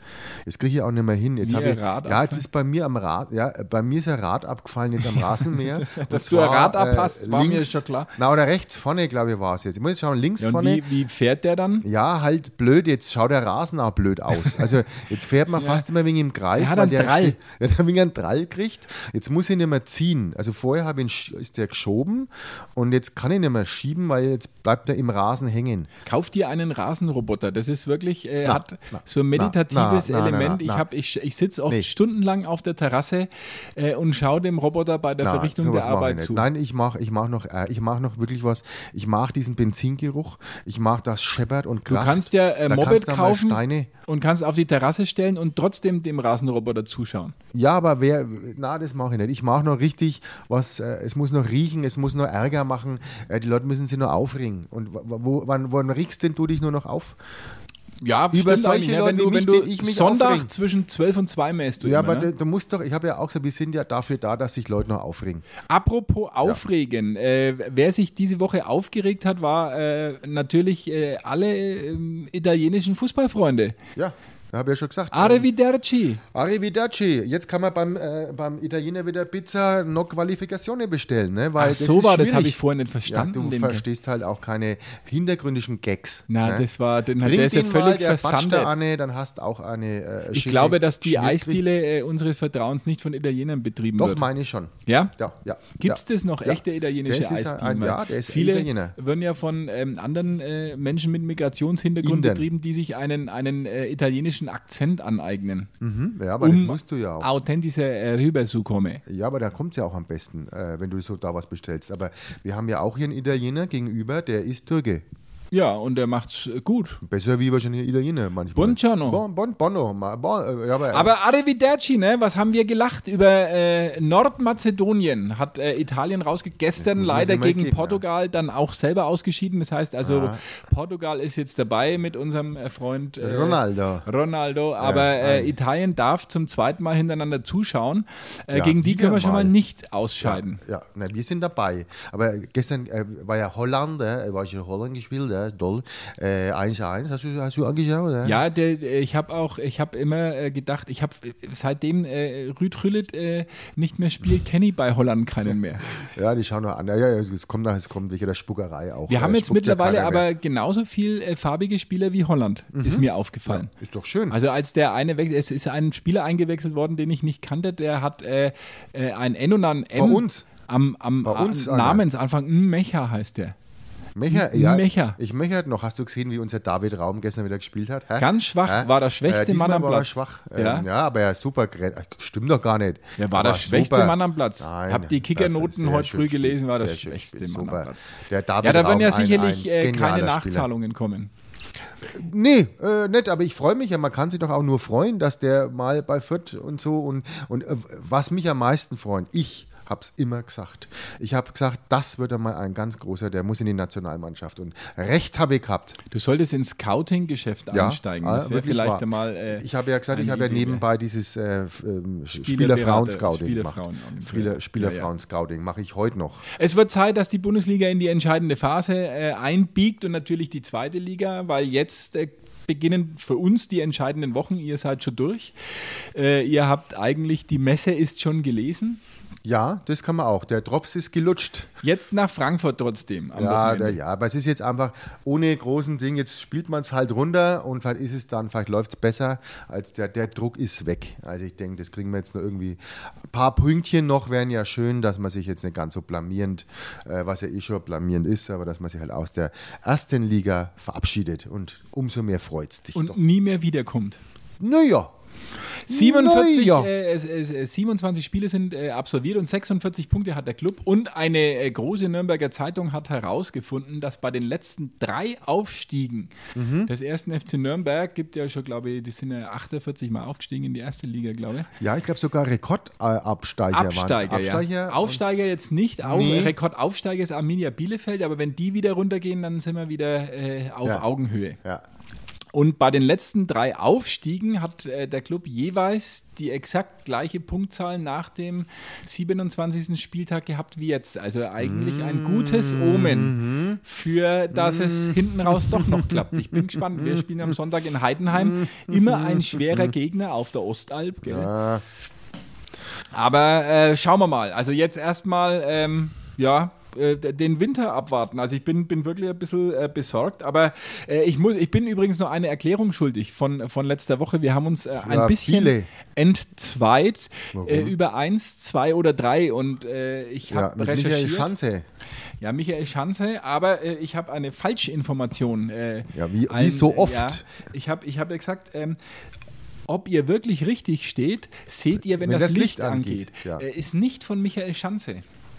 S2: Jetzt kriege ich auch nicht mehr hin. Jetzt
S3: Wie,
S2: habe ich,
S3: ein Rad
S2: ja, jetzt
S3: abgefallen?
S2: ist bei mir am Rad, ja, bei mir ist er Rad abgefallen, jetzt am Rasenmäher. Und äh,
S3: Dass du ein Rad abhast, war mir
S2: links-
S3: ist schon klar.
S2: Na, oder rechts vorne, glaube ich, war es jetzt. Ich muss jetzt schauen, links
S3: Ja, und
S2: vorne.
S3: wie, wie fährt der dann?
S2: Ja, halt blöd, jetzt schaut der Rasen auch blöd aus. Also jetzt fährt man fast immer wegen im Kreis,
S3: Er hat
S2: weil
S3: einen
S2: der
S3: Drall.
S2: steht- der hat wegen einen Drall kriegt. Jetzt muss ich nicht mehr ziehen. Also vorher hab ich ihn, sch- ist der geschoben und jetzt kann ich nicht mehr schieben, weil jetzt bleibt er im Rasen hängen.
S3: Kauf dir einen Rasenroboter. Das ist wirklich, äh,
S2: Na,
S3: hat
S2: na,
S3: so ein meditatives
S2: na, na, na,
S3: Element.
S2: na,
S3: ich
S2: na.
S3: hab, ich, ich sitze oft
S2: Nee.
S3: stundenlang auf der Terrasse äh, und schaue dem Roboter bei der
S2: Nein,
S3: Verrichtung
S2: sowas mach
S3: der
S2: ich
S3: Arbeit
S2: nicht.
S3: zu.
S2: Nein, ich mache ich mach noch, äh, ich mach noch wirklich was. Ich mache diesen Benzingeruch. Ich mache das scheppert und
S3: Du
S2: kracht.
S3: kannst ja äh,
S2: Da
S3: Moped
S2: kannst du mal
S3: kaufen
S2: Steine.
S3: und kannst auf die Terrasse stellen und trotzdem dem Rasenroboter zuschauen.
S2: Ja, aber wer, na, das mache ich nicht. Ich mache noch richtig was, äh, es muss noch riechen, es muss noch Ärger machen, äh, die Leute müssen sich nur aufregen. Und wa- wo, wann, wann riechst denn du dich nur noch auf?
S3: Ja,
S2: Über
S3: stimmt
S2: solche
S3: eigentlich, ne?
S2: Leute
S3: wenn du,
S2: wie
S3: wenn
S2: mich,
S3: du
S2: die ich mich
S3: Sonntag
S2: aufregen.
S3: zwischen 12 und 2 mäst du
S2: Ja,
S3: immer,
S2: aber
S3: ne?
S2: du, du musst doch, ich habe ja auch gesagt, wir sind ja dafür da, dass sich Leute noch aufregen.
S3: Apropos Aufregen, äh, wer sich diese Woche aufgeregt hat, war äh, natürlich äh, alle ähm, italienischen Fußballfreunde.
S2: Ja, habe ich ja schon gesagt.
S3: Arrivederci.
S2: Arrivederci. Jetzt kann man beim, äh, beim Italiener wieder Pizza no Qualificazione bestellen. Ne?
S3: Ach
S2: Weil
S3: so
S2: ist
S3: war das,
S2: schwierig.
S3: habe ich vorhin nicht verstanden.
S2: Ja, du
S3: den
S2: verstehst halt auch keine hintergründischen Gags.
S3: Na,
S2: ne?
S3: das war, den hat
S2: Bring
S3: der ist ja
S2: den mal
S3: völlig
S2: der Batsch da
S3: versandet.
S2: Anne, dann hast du auch eine äh,
S3: Ich
S2: schicke
S3: glaube, dass die
S2: Schmierkrieg-
S3: Eisdiele äh, unseres Vertrauens nicht von Italienern betrieben
S2: Doch,
S3: wird.
S2: meine ich schon.
S3: ja?
S2: Ja, ja.
S3: Gibt es
S2: ja.
S3: das noch,
S2: Ja.
S3: echte italienische
S2: Das ist ein-
S3: Eisdiele?
S2: ja, der ist ein
S3: Viele
S2: Italiener.
S3: werden ja von ähm, anderen äh, Menschen mit Migrationshintergrund
S2: Indern.
S3: betrieben, die sich einen, einen äh, italienischen Akzent aneignen,
S2: Mhm. Ja, aber
S3: um
S2: das musst du ja auch.
S3: authentischer äh, rüberzukommen.
S2: Ja, aber da kommt es ja auch am besten, äh, wenn du so da was bestellst. Aber wir haben ja auch hier einen Italiener gegenüber, der ist Türke.
S3: Ja, und er macht's äh, gut.
S2: Besser wie wahrscheinlich ein Italiener manchmal.
S3: Buongiorno.
S2: Bon, bon, bono. ma- Bon, äh, ja, aber,
S3: Aber Arrivederci, ne? Was haben wir gelacht über äh, Nordmazedonien? Hat äh, Italien rausge gestern
S2: muss man
S3: leider
S2: sich mal
S3: gegen
S2: geben, ja.
S3: Portugal dann auch selber ausgeschieden. Das heißt also, Portugal ist jetzt dabei mit unserem äh, Freund äh,
S2: Ronaldo.
S3: Ronaldo. Aber äh, Italien darf zum zweiten Mal hintereinander zuschauen. Äh,
S2: Ja,
S3: gegen die
S2: wieder
S3: können wir schon mal
S2: mal.
S3: nicht ausscheiden.
S2: Ja, na, wir sind dabei. Aber gestern äh, war ja Hollander, äh, war ich in Holland gespielt, ja, toll. Äh, 1-1, hast du, hast du angeschaut? oder?
S3: Ja, der, äh, ich habe auch, ich habe immer äh, gedacht, ich habe seitdem äh, Rüd Hüllet äh, nicht mehr spielt, kenne ich bei Holland keinen mehr.
S2: Ja, die schauen nur an. Ja, ja, es kommt, nach- es kommt wegen der Spuckerei auch.
S3: Wir
S2: Äh,
S3: haben jetzt
S2: spuckt ja
S3: mittlerweile
S2: keiner
S3: aber
S2: mehr. Mhm.
S3: genauso viel äh, farbige Spieler wie Holland, ist mir aufgefallen.
S2: Ist doch schön.
S3: Also als der eine wechselt, es ist ein Spieler eingewechselt worden, den ich nicht kannte, der hat äh, äh, ein N und ein M.
S2: Bei uns.
S3: Am, am
S2: Bei uns ah,
S3: am
S2: einer.
S3: Namensanfang, M. Mecha heißt der.
S2: Mecher, ja.
S3: Mecher.
S2: Ich Mecher noch. Hast du gesehen, wie unser David Raum gestern wieder gespielt hat? Hä?
S3: Ganz schwach,
S2: Hä? Äh,
S3: war der schwächste
S2: diesmal
S3: Mann am
S2: war
S3: Platz.
S2: Er schwach. Ähm,
S3: Ja.
S2: ja. aber er ist super. gerannt. Ach, Stimmt doch gar nicht.
S3: Er war der
S2: Aber
S3: schwächste
S2: super.
S3: Mann am Platz.
S2: Nein,
S3: Hab die Kickernoten
S2: sehr
S3: heute
S2: schön
S3: früh
S2: gespielt,
S3: gelesen, war der
S2: sehr schön
S3: schwächste
S2: gespielt,
S3: Mann am
S2: super.
S3: Platz.
S2: Der David
S3: Ja, da werden
S2: Raum,
S3: ja
S2: ein-
S3: sicherlich
S2: ein
S3: äh,
S2: genialer
S3: keine
S2: Spieler.
S3: Nachzahlungen kommen.
S2: Nee, äh, nicht, aber ich freue mich ja. Man kann sich doch auch nur freuen, dass der mal bei Fürth und so und, und äh, was mich am meisten freut, ich hab's immer gesagt. Ich habe gesagt, das wird einmal ein ganz großer, der muss in die Nationalmannschaft und recht habe ich gehabt.
S3: Du solltest ins Scouting-Geschäft einsteigen. Das
S2: ah,
S3: wäre
S2: wirklich
S3: vielleicht
S2: wahr.
S3: mal. äh,
S2: ich habe ja gesagt, ich
S3: eine
S2: habe ja
S3: Idee.
S2: nebenbei dieses äh, f- ähm, Spielerfrauen-Scouting
S3: Spielerfrauen-
S2: gemacht.
S3: und-
S2: Spieler, Spielerfrauen-Scouting mache ich heute noch.
S3: Es wird Zeit, dass die Bundesliga in die entscheidende Phase äh, einbiegt und natürlich die zweite Liga, weil jetzt äh, beginnen für uns die entscheidenden Wochen. Ihr seid schon durch. Äh, ihr habt eigentlich, die Messe ist schon gelesen.
S2: Ja, das kann man auch. Der Drops ist gelutscht.
S3: Jetzt nach Frankfurt trotzdem. am
S2: Ja,
S3: Wochenende.
S2: da, ja, aber es ist jetzt einfach ohne großen Ding, jetzt spielt man es halt runter und vielleicht ist es dann, vielleicht läuft es besser, als der, der Druck ist weg. Also ich denke, das kriegen wir jetzt nur irgendwie. Ein paar Pünktchen noch wären ja schön, dass man sich jetzt nicht ganz so blamierend, äh, was ja eh schon blamierend ist, aber dass man sich halt aus der ersten Liga verabschiedet und umso mehr freut es dich
S3: Und
S2: doch.
S3: nie mehr wiederkommt.
S2: Naja,
S3: 47,
S2: Naja.
S3: äh, es- es- es- 27 Spiele sind äh, absolviert und 46 Punkte hat der Club. Und eine äh, große Nürnberger Zeitung hat herausgefunden, dass bei den letzten drei Aufstiegen
S2: Mhm.
S3: des ersten FC Nürnberg gibt ja schon, glaube ich, die sind ja 48 Mal aufgestiegen in die erste Liga, glaube ich.
S2: Ja, ich glaube sogar Rekordabsteiger waren
S3: Absteiger, ja. Aufsteiger jetzt nicht, auch
S2: Nee.
S3: Rekordaufsteiger ist Arminia Bielefeld, aber wenn die wieder runtergehen, dann sind wir wieder äh, auf
S2: Ja.
S3: Augenhöhe.
S2: ja.
S3: Und bei den letzten drei Aufstiegen hat äh, der Club jeweils die exakt gleiche Punktzahl nach dem 27. Spieltag gehabt wie jetzt. Also eigentlich ein gutes Omen für, dass es hinten raus doch noch klappt. Ich bin gespannt. Wir spielen am Sonntag in Heidenheim. Immer ein schwerer Gegner auf der Ostalb. Gell?
S2: Ah,
S3: Aber äh, schauen wir mal. Also jetzt erstmal, ähm, ja. äh, Den Winter abwarten. Also, ich bin, bin wirklich ein bisschen äh, besorgt, aber äh, ich, muss, ich bin übrigens nur eine Erklärung schuldig von, von letzter Woche. Wir haben uns äh, ein
S2: Ja,
S3: bisschen
S2: viele.
S3: entzweit äh, über eins, zwei oder drei und äh, ich
S2: ja,
S3: habe
S2: mit Michael
S3: recherchiert.
S2: Schanze.
S3: Ja, Michael Schanze, aber äh, ich habe eine Falschinformation. Äh,
S2: Ja, wie- wie so oft.
S3: Ja, ich habe ich hab gesagt, ähm, ob ihr wirklich richtig steht, seht ihr, wenn, das, Licht, angeht.
S2: ja.
S3: Äh, ist nicht von Michael Schanze.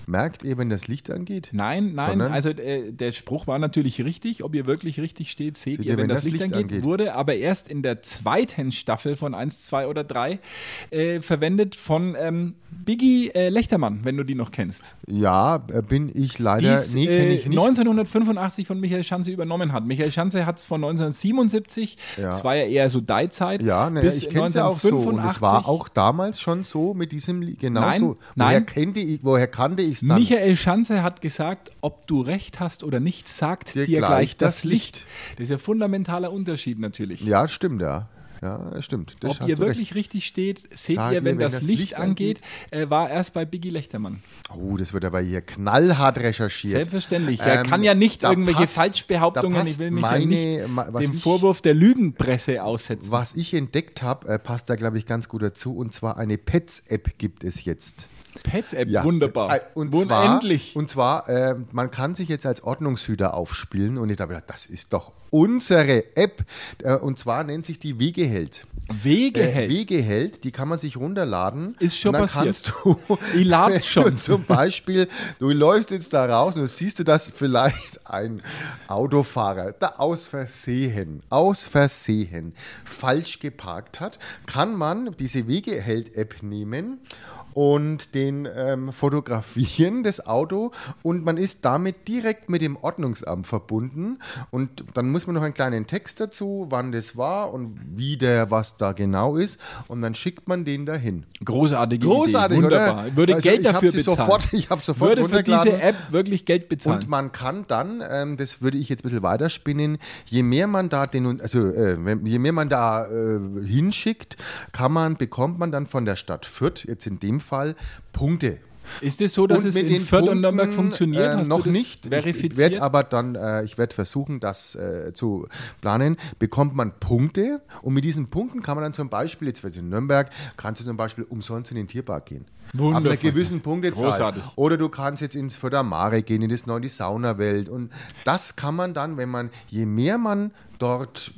S2: Merkt ihr, wenn das Licht angeht?
S3: Nein, nein,
S2: Sondern?
S3: also äh, der Spruch war natürlich richtig. Ob ihr wirklich richtig steht, seht ihr, wenn, das, Licht angeht,
S2: angeht.
S3: Wurde aber erst in der zweiten Staffel von 1, 2 oder 3 äh, verwendet von ähm, Biggie äh, Lechtermann, wenn du die noch kennst.
S2: Ja, äh, bin ich leider.
S3: Dies,
S2: nee, kenne
S3: äh,
S2: ich nicht.
S3: 1985 von Michael Schanze übernommen hat. Michael Schanze hat es von 1977,
S2: Ja.
S3: das war ja eher so Dei-Zeit,
S2: ja, naja,
S3: bis
S2: ich kenne es ja auch so. Und es
S3: 1985.
S2: war auch damals schon so mit diesem Lied. Genau
S3: Nein,
S2: so. Woher,
S3: nein.
S2: Kannte ich, woher kannte ich es dann?
S3: Michael Schanze hat gesagt, ob du recht hast oder nicht, sagt dir, gleich, das, Licht. Das ist ja fundamentaler Unterschied natürlich.
S2: Ja, stimmt, ja. Ja, stimmt. Das
S3: Ob
S2: hast
S3: ihr
S2: du recht.
S3: wirklich richtig steht, seht
S2: Sag
S3: ihr,
S2: ihr,
S3: wenn,
S2: wenn
S3: das,
S2: das
S3: Licht,
S2: Licht
S3: angeht, äh, war erst bei Biggie Lechtermann.
S2: Oh, das wird aber hier knallhart recherchiert.
S3: Selbstverständlich. Er
S2: Ähm,
S3: kann ja nicht
S2: da
S3: irgendwelche
S2: passt- da
S3: Falschbehauptungen,
S2: passt
S3: ich will mich
S2: meine,
S3: ja
S2: ma-
S3: nicht
S2: was
S3: dem
S2: ich,
S3: Vorwurf der Lügenpresse aussetzen.
S2: Was ich entdeckt habe, äh, passt da, glaube ich, ganz gut dazu. Und zwar eine Pets-App gibt es jetzt.
S3: Pets-App,
S2: Ja.
S3: wunderbar.
S2: Äh, Und
S3: Wun-
S2: zwar,
S3: Endlich.
S2: Und zwar äh, man kann sich jetzt als Ordnungshüter aufspielen. Und ich habe gedacht, das ist doch unsere App. Äh, und zwar nennt sich die Wegeheld.
S3: Wegeheld.
S2: Äh, Wegeheld, die kann man sich runterladen.
S3: Ist schon
S2: und dann
S3: passiert.
S2: Kannst du,
S3: Ich lad
S2: wenn du
S3: schon.
S2: Zum Beispiel, du läufst jetzt da raus und siehst du, dass vielleicht ein Autofahrer da aus Versehen, aus Versehen falsch geparkt hat, kann man diese Wegeheld-App nehmen und den ähm, fotografieren, das Auto, und man ist damit direkt mit dem Ordnungsamt verbunden. Und dann muss man noch einen kleinen Text dazu, wann das war und wie der, was da genau ist. Und dann schickt man den dahin.
S3: Großartige
S2: Großartig,
S3: Idee. Wunderbar.
S2: oder?
S3: Würde
S2: Also
S3: Geld
S2: ich hab
S3: dafür
S2: sie
S3: bezahlen.
S2: sofort- ich hab sofort
S3: Würde für diese
S2: runtergeladen.
S3: App wirklich Geld bezahlen.
S2: Und man kann dann, ähm, das würde ich jetzt ein bisschen weiterspinnen, je mehr man da den, also äh, wenn- je mehr man da äh, hinschickt, kann man, bekommt man dann von der Stadt Fürth, jetzt in dem Fall, Punkte.
S3: ist es so, dass es in Fürth und Nürnberg funktioniert?
S2: äh,
S3: Hast
S2: noch
S3: du das
S2: nicht. Ich
S3: Verifiziert?
S2: werde aber dann, äh, ich werde versuchen, das äh, zu planen. Bekommt man Punkte und mit diesen Punkten kann man dann zum Beispiel, jetzt weiß ich, in Nürnberg, kannst du zum Beispiel umsonst in den Tierpark gehen. Ab
S3: Wundervoll.
S2: einer gewissen Punktezahl.
S3: Großartig.
S2: Oder du kannst jetzt ins Födermare gehen, in das neue die Saunawelt. Und das kann man dann, wenn man, je mehr man dort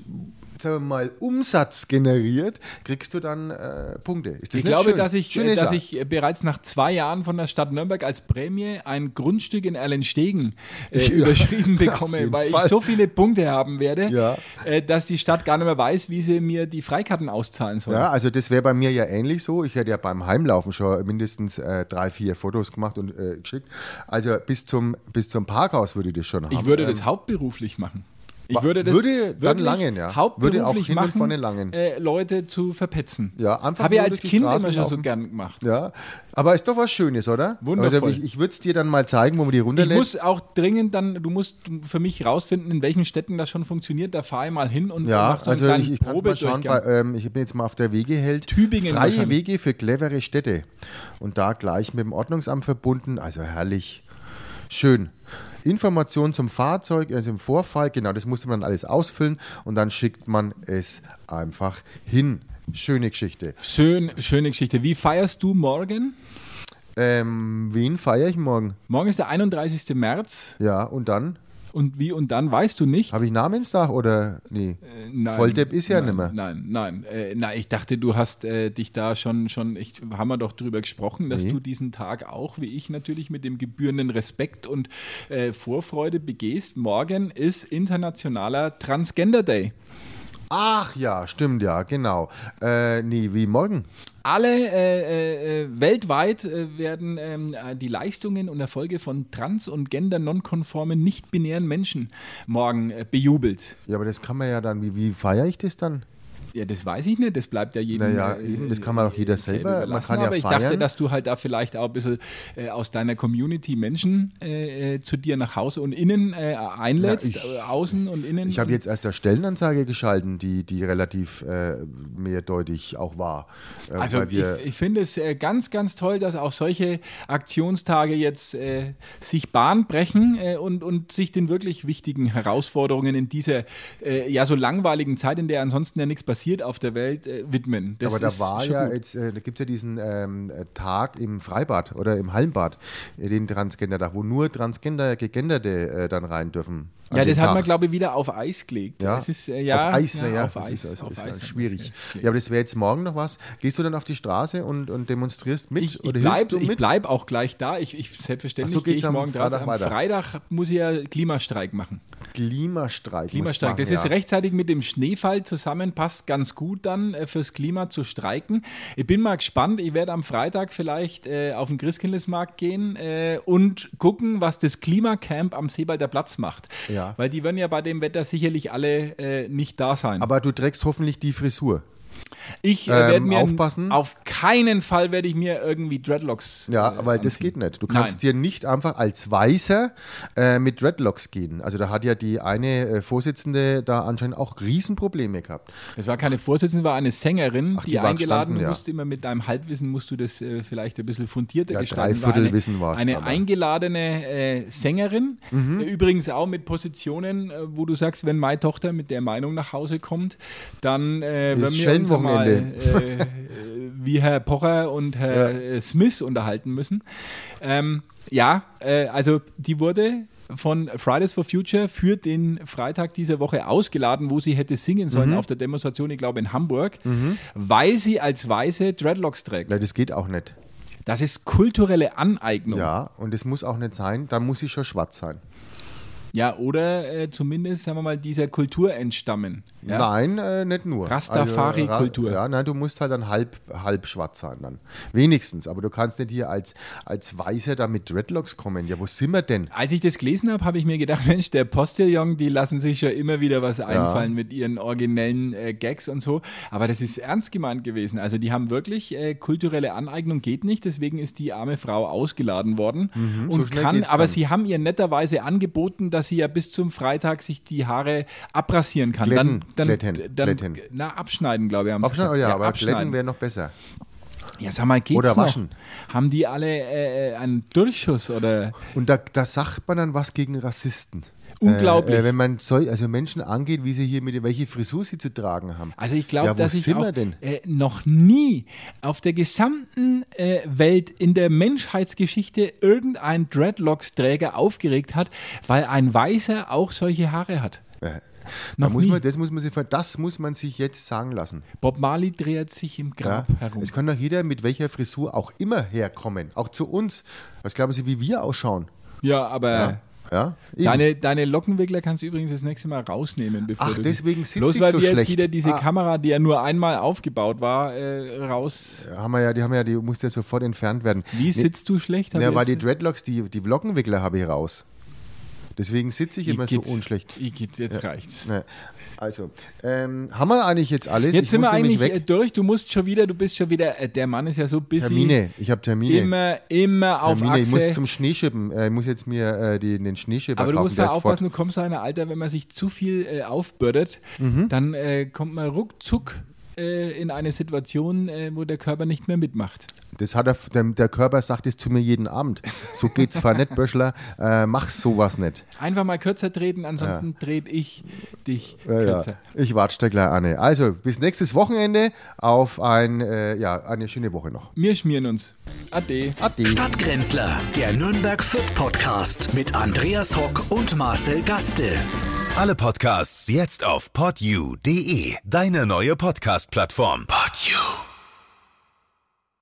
S2: sagen wir mal, Umsatz generiert, kriegst du dann äh, Punkte. Ist das
S3: Ich
S2: nicht
S3: glaube,
S2: schön?
S3: dass, ich,
S2: Schöne
S3: äh, dass
S2: Sache.
S3: ich äh, bereits nach zwei Jahren von der Stadt Nürnberg als Prämie ein Grundstück in Erlenstegen äh,
S2: Ja,
S3: überschrieben
S2: auf
S3: bekomme,
S2: jeden
S3: weil ich
S2: Fall.
S3: so viele Punkte haben werde,
S2: Ja.
S3: äh, dass die Stadt gar nicht mehr weiß, wie sie mir die Freikarten auszahlen soll.
S2: Ja, also das wäre bei mir ja ähnlich so. Ich hätte ja beim Heimlaufen schon mindestens äh, drei, vier Fotos gemacht und äh, geschickt. Also bis zum, bis zum Parkhaus würde ich das schon haben.
S3: Ich würde
S2: Ähm,
S3: das hauptberuflich machen. Ich
S2: wa-
S3: würde das
S2: würde dann
S3: wirklich
S2: langen, ja.
S3: hauptberuflich
S2: Würde auch hin und
S3: machen,
S2: vorne langen.
S3: Äh, Leute zu verpetzen.
S2: Ja, einfach
S3: Habe ich
S2: nur
S3: als
S2: durch die
S3: Kind immer
S2: Straßen
S3: schon so
S2: laufen.
S3: gern gemacht.
S2: Ja, aber ist doch was Schönes, oder?
S3: Wundervoll.
S2: Also ich ich würde es dir dann mal zeigen, wo man die
S3: Ich
S2: runterlädt.
S3: muss auch dringend dann, du musst für mich rausfinden, in welchen Städten das schon funktioniert. Da fahre ich mal hin und
S2: ja,
S3: mach so einen
S2: also ich,
S3: kleinen
S2: ich kann mal schauen,
S3: Probedurchgang.
S2: bei, ähm, ich bin jetzt mal auf der Wegeheld.
S3: Tübingen
S2: Freie
S3: wahrscheinlich.
S2: Wege für clevere Städte. Und da gleich mit dem Ordnungsamt verbunden, also herrlich. Schön. Informationen zum Fahrzeug, also im Vorfall, genau, das musste man dann alles ausfüllen und dann schickt man es einfach hin. Schöne Geschichte.
S3: Schön, schöne Geschichte. Wie feierst du morgen?
S2: Ähm, wen feiere ich morgen?
S3: Morgen ist der 31. März.
S2: Ja, und dann?
S3: und wie und dann weißt du nicht.
S2: Habe ich Namenstag oder nee?
S3: Äh, nein,
S2: Volldepp ist ja
S3: nein,
S2: nimmer.
S3: Nein, nein. Äh, na, ich dachte, du hast äh, dich da schon, schon ich, haben wir doch drüber gesprochen, dass
S2: Nee.
S3: du diesen Tag auch, wie ich natürlich, mit dem gebührenden Respekt und äh, Vorfreude begehst. Morgen ist internationaler Transgender Day.
S2: Ach ja, stimmt ja, genau. Äh, nee, wie morgen?
S3: Alle äh, äh, äh, weltweit äh, werden ähm, äh, die Leistungen und Erfolge von trans- und gender-nonkonformen, nicht-binären Menschen morgen äh, bejubelt.
S2: Ja, aber das kann man ja dann, wie, wie feiere ich das dann?
S3: Ja, das weiß ich nicht, das bleibt ja jedem.
S2: Naja,
S3: äh,
S2: eben, das kann man doch jeder selber. Man
S3: überlassen,
S2: kann ja
S3: aber ich
S2: feiern.
S3: dachte, dass du halt da vielleicht auch ein bisschen äh, aus deiner Community Menschen äh, äh, zu dir nach Hause und innen äh, einlädst,
S2: Na, ich-
S3: äh, außen und innen.
S2: Ich habe jetzt erst eine Stellenanzeige geschalten, die, die relativ äh, mehrdeutig auch war. Äh,
S3: Also
S2: weil wir,
S3: ich, ich finde es äh, ganz, ganz toll, dass auch solche Aktionstage jetzt äh, sich Bahn brechen äh, und, und sich den wirklich wichtigen Herausforderungen in dieser äh, ja so langweiligen Zeit, in der ansonsten ja nichts passiert auf der Welt, äh, widmen. Das
S2: aber da
S3: ist
S2: war
S3: schon
S2: ja
S3: gut.
S2: jetzt, äh, da gibt es ja diesen ähm, äh, Tag im Freibad oder im Hallenbad, äh, den Transgender-Tag, wo nur Transgender, Gegenderte äh, dann rein dürfen. an
S3: Ja,
S2: dem
S3: das hat
S2: Tag.
S3: man, glaube ich, wieder auf Eis gelegt.
S2: Ja,
S3: Es ist, äh, ja,
S2: auf Eis, naja,
S3: auf
S2: das
S3: Eis,
S2: ist, also,
S3: auf
S2: ist
S3: Eis
S2: dann
S3: hat
S2: schwierig.
S3: man's gelegt.
S2: Ja, aber das wäre jetzt morgen noch was. Gehst du dann auf die Straße und, und demonstrierst mit
S3: Ich, ich,
S2: oder
S3: bleib,
S2: hilfst du
S3: ich
S2: mit?
S3: bleib auch gleich da. Ich, ich selbstverständlich
S2: Ach so,
S3: gehe
S2: geht's
S3: ich
S2: am
S3: morgen draus.
S2: Freitag
S3: Am
S2: weiter.
S3: Freitag muss ich ja Klimastreik machen.
S2: Klimastreik.
S3: Klimastreik.
S2: musst
S3: das
S2: machen,
S3: ist
S2: ja.
S3: rechtzeitig mit dem Schneefall zusammenpasst ganz gut dann äh, fürs Klima zu streiken. Ich bin mal gespannt. Ich werde am Freitag vielleicht äh, auf den Christkindlesmarkt gehen äh, und gucken, was das Klimacamp am Seebalder Platz macht.
S2: Ja.
S3: Weil die werden ja bei dem Wetter sicherlich alle äh, nicht da sein.
S2: Aber du trägst hoffentlich die Frisur.
S3: ich äh,
S2: ähm,
S3: werde mir
S2: aufpassen.
S3: auf keinen Fall werde ich mir irgendwie Dreadlocks.
S2: Ja,
S3: äh,
S2: aber das
S3: anziehen.
S2: geht nicht. Du kannst
S3: Nein.
S2: dir nicht einfach als Weißer äh, mit Dreadlocks gehen. Also da hat ja die eine äh, Vorsitzende da anscheinend auch Riesenprobleme gehabt.
S3: Es war keine Vorsitzende, war eine Sängerin,
S2: Ach,
S3: die,
S2: die war
S3: eingeladen
S2: gestanden, ja.
S3: musste. Immer mit deinem Halbwissen musst du das äh, vielleicht ein bisschen fundierter
S2: Ja,
S3: gestalten.
S2: Dreiviertelwissen
S3: war
S2: war's Mhm.
S3: Eine, eine
S2: aber.
S3: eingeladene äh, Sängerin, äh, übrigens auch mit Positionen, äh, wo du sagst, wenn meine Tochter mit der Meinung nach Hause kommt, dann äh,
S2: Ist
S3: werden wir uns mal äh,
S2: Schellenwochenende.
S3: äh, wie Herr Pocher und Herr äh, Smith unterhalten müssen. Ähm, ja, äh, also die wurde von Fridays for Future für den Freitag dieser Woche ausgeladen, wo sie hätte singen sollen
S2: Mhm.
S3: auf der Demonstration, ich glaube in Hamburg, weil sie als Weiße Dreadlocks trägt.
S2: Ja, das geht auch nicht.
S3: Das ist kulturelle Aneignung.
S2: Ja, und das muss auch nicht sein. Dann muss ich schon schwarz sein.
S3: Ja, oder äh, zumindest, sagen wir mal, dieser Kultur entstammen. Ja?
S2: Nein, äh, nicht nur.
S3: Rastafari-Kultur.
S2: Also, ra- ja, nein, du musst halt dann halb, halb schwarz sein dann. Wenigstens. Aber du kannst nicht hier als, als Weißer da mit Dreadlocks kommen. Ja, wo sind wir denn?
S3: Als ich das gelesen habe, habe ich mir gedacht, Mensch, der Postillon, die lassen sich ja immer wieder was einfallen mit ihren originellen äh, Gags und so. Aber das ist ernst gemeint gewesen. Also die haben wirklich äh, kulturelle Aneignung geht nicht, deswegen ist die arme Frau ausgeladen worden und
S2: Mhm. so schnell
S3: kann.
S2: geht's
S3: Aber
S2: dann.
S3: sie haben ihr netterweise angeboten, dass sie ja bis zum Freitag sich die Haare abrasieren kann.
S2: Glätten,
S3: dann, dann,
S2: glätten,
S3: dann,
S2: glätten.
S3: na abschneiden, glaube ich, haben sie
S2: Abschneiden, oh
S3: gesagt.
S2: ja, aber
S3: abschneiden.
S2: Glätten wäre noch besser.
S3: Ja, sag mal, geht's
S2: Oder waschen.
S3: noch? Haben die alle äh, einen Durchschuss oder?
S2: Und da, da sagt man dann was gegen Rassisten.
S3: Unglaublich.
S2: Äh, äh, wenn man sol- also Menschen angeht, wie sie hier mit welche Frisur sie zu tragen haben.
S3: Also ich glaube,
S2: ja, wo
S3: dass ich
S2: sind
S3: auch,
S2: wir denn?
S3: Äh, noch nie auf der gesamten äh, Welt in der Menschheitsgeschichte irgendein Dreadlocks-Träger aufgeregt hat, weil ein Weißer auch solche Haare hat.
S2: Äh,
S3: noch
S2: da muss
S3: nie.
S2: man, das, muss man sich, ver- das muss man sich jetzt sagen lassen.
S3: Bob Marley dreht sich im
S2: Ja?
S3: Grab herum.
S2: Es kann doch jeder mit welcher Frisur auch immer herkommen, auch zu uns. Was glauben Sie, wie wir ausschauen?
S3: Ja, aber
S2: Ja? Eben.
S3: deine, deine Lockenwickler kannst du übrigens das nächste Mal rausnehmen. Bevor
S2: Ach,
S3: du
S2: deswegen sitz
S3: Bloß
S2: ich
S3: weil
S2: so
S3: wir jetzt
S2: schlecht.
S3: wieder diese
S2: Ah.
S3: Kamera, die ja nur einmal aufgebaut war, äh, raus...
S2: haben wir ja, die haben ja, die musste ja sofort entfernt werden.
S3: Wie sitzt du schlecht? Hab
S2: Ja,
S3: ich
S2: weil
S3: jetzt-
S2: die Dreadlocks, die, die Lockenwickler habe ich raus. Deswegen sitze ich immer so
S3: Igitt,
S2: unschlecht.
S3: Igitt, jetzt reicht's.
S2: Ne. Also, ähm, haben wir eigentlich jetzt alles?
S3: Jetzt
S2: Ich
S3: sind
S2: muss
S3: wir
S2: nämlich
S3: eigentlich äh, durch. Du musst schon wieder, du bist schon wieder, äh, der Mann ist ja so busy.
S2: Termine, ich habe Termine.
S3: Immer, immer auf
S2: Termine. Ich muss
S3: Achse.
S2: zum Schneeschippen. Äh, Ich muss jetzt mir äh, die, den Schneeschipper
S3: Aber du
S2: kaufen.
S3: musst
S2: der
S3: da
S2: ist
S3: aufpassen,
S2: fort.
S3: du kommst in ein Alter, wenn man sich zu viel äh, aufbürdet,
S2: Mhm.
S3: dann äh, kommt man ruckzuck äh, in eine Situation, äh, wo der Körper nicht mehr mitmacht.
S2: Das hat er, der, der Körper sagt es zu mir jeden Abend. So geht's zwar nicht, Böschler, äh, mach sowas nicht.
S3: Einfach mal kürzer treten, ansonsten dreht ich dich
S2: Ja, ja.
S3: kürzer.
S2: Ich warte da gleich an. Also, bis nächstes Wochenende auf ein, äh, ja, eine schöne Woche noch.
S3: Wir schmieren uns. Ade.
S2: Ade.
S1: Stadtgrenzler, der Nürnberg Fürth Podcast mit Andreas Hock und Marcel Gaste.
S4: Alle Podcasts jetzt auf podyou.de, deine neue Podcast-Plattform. Podyou.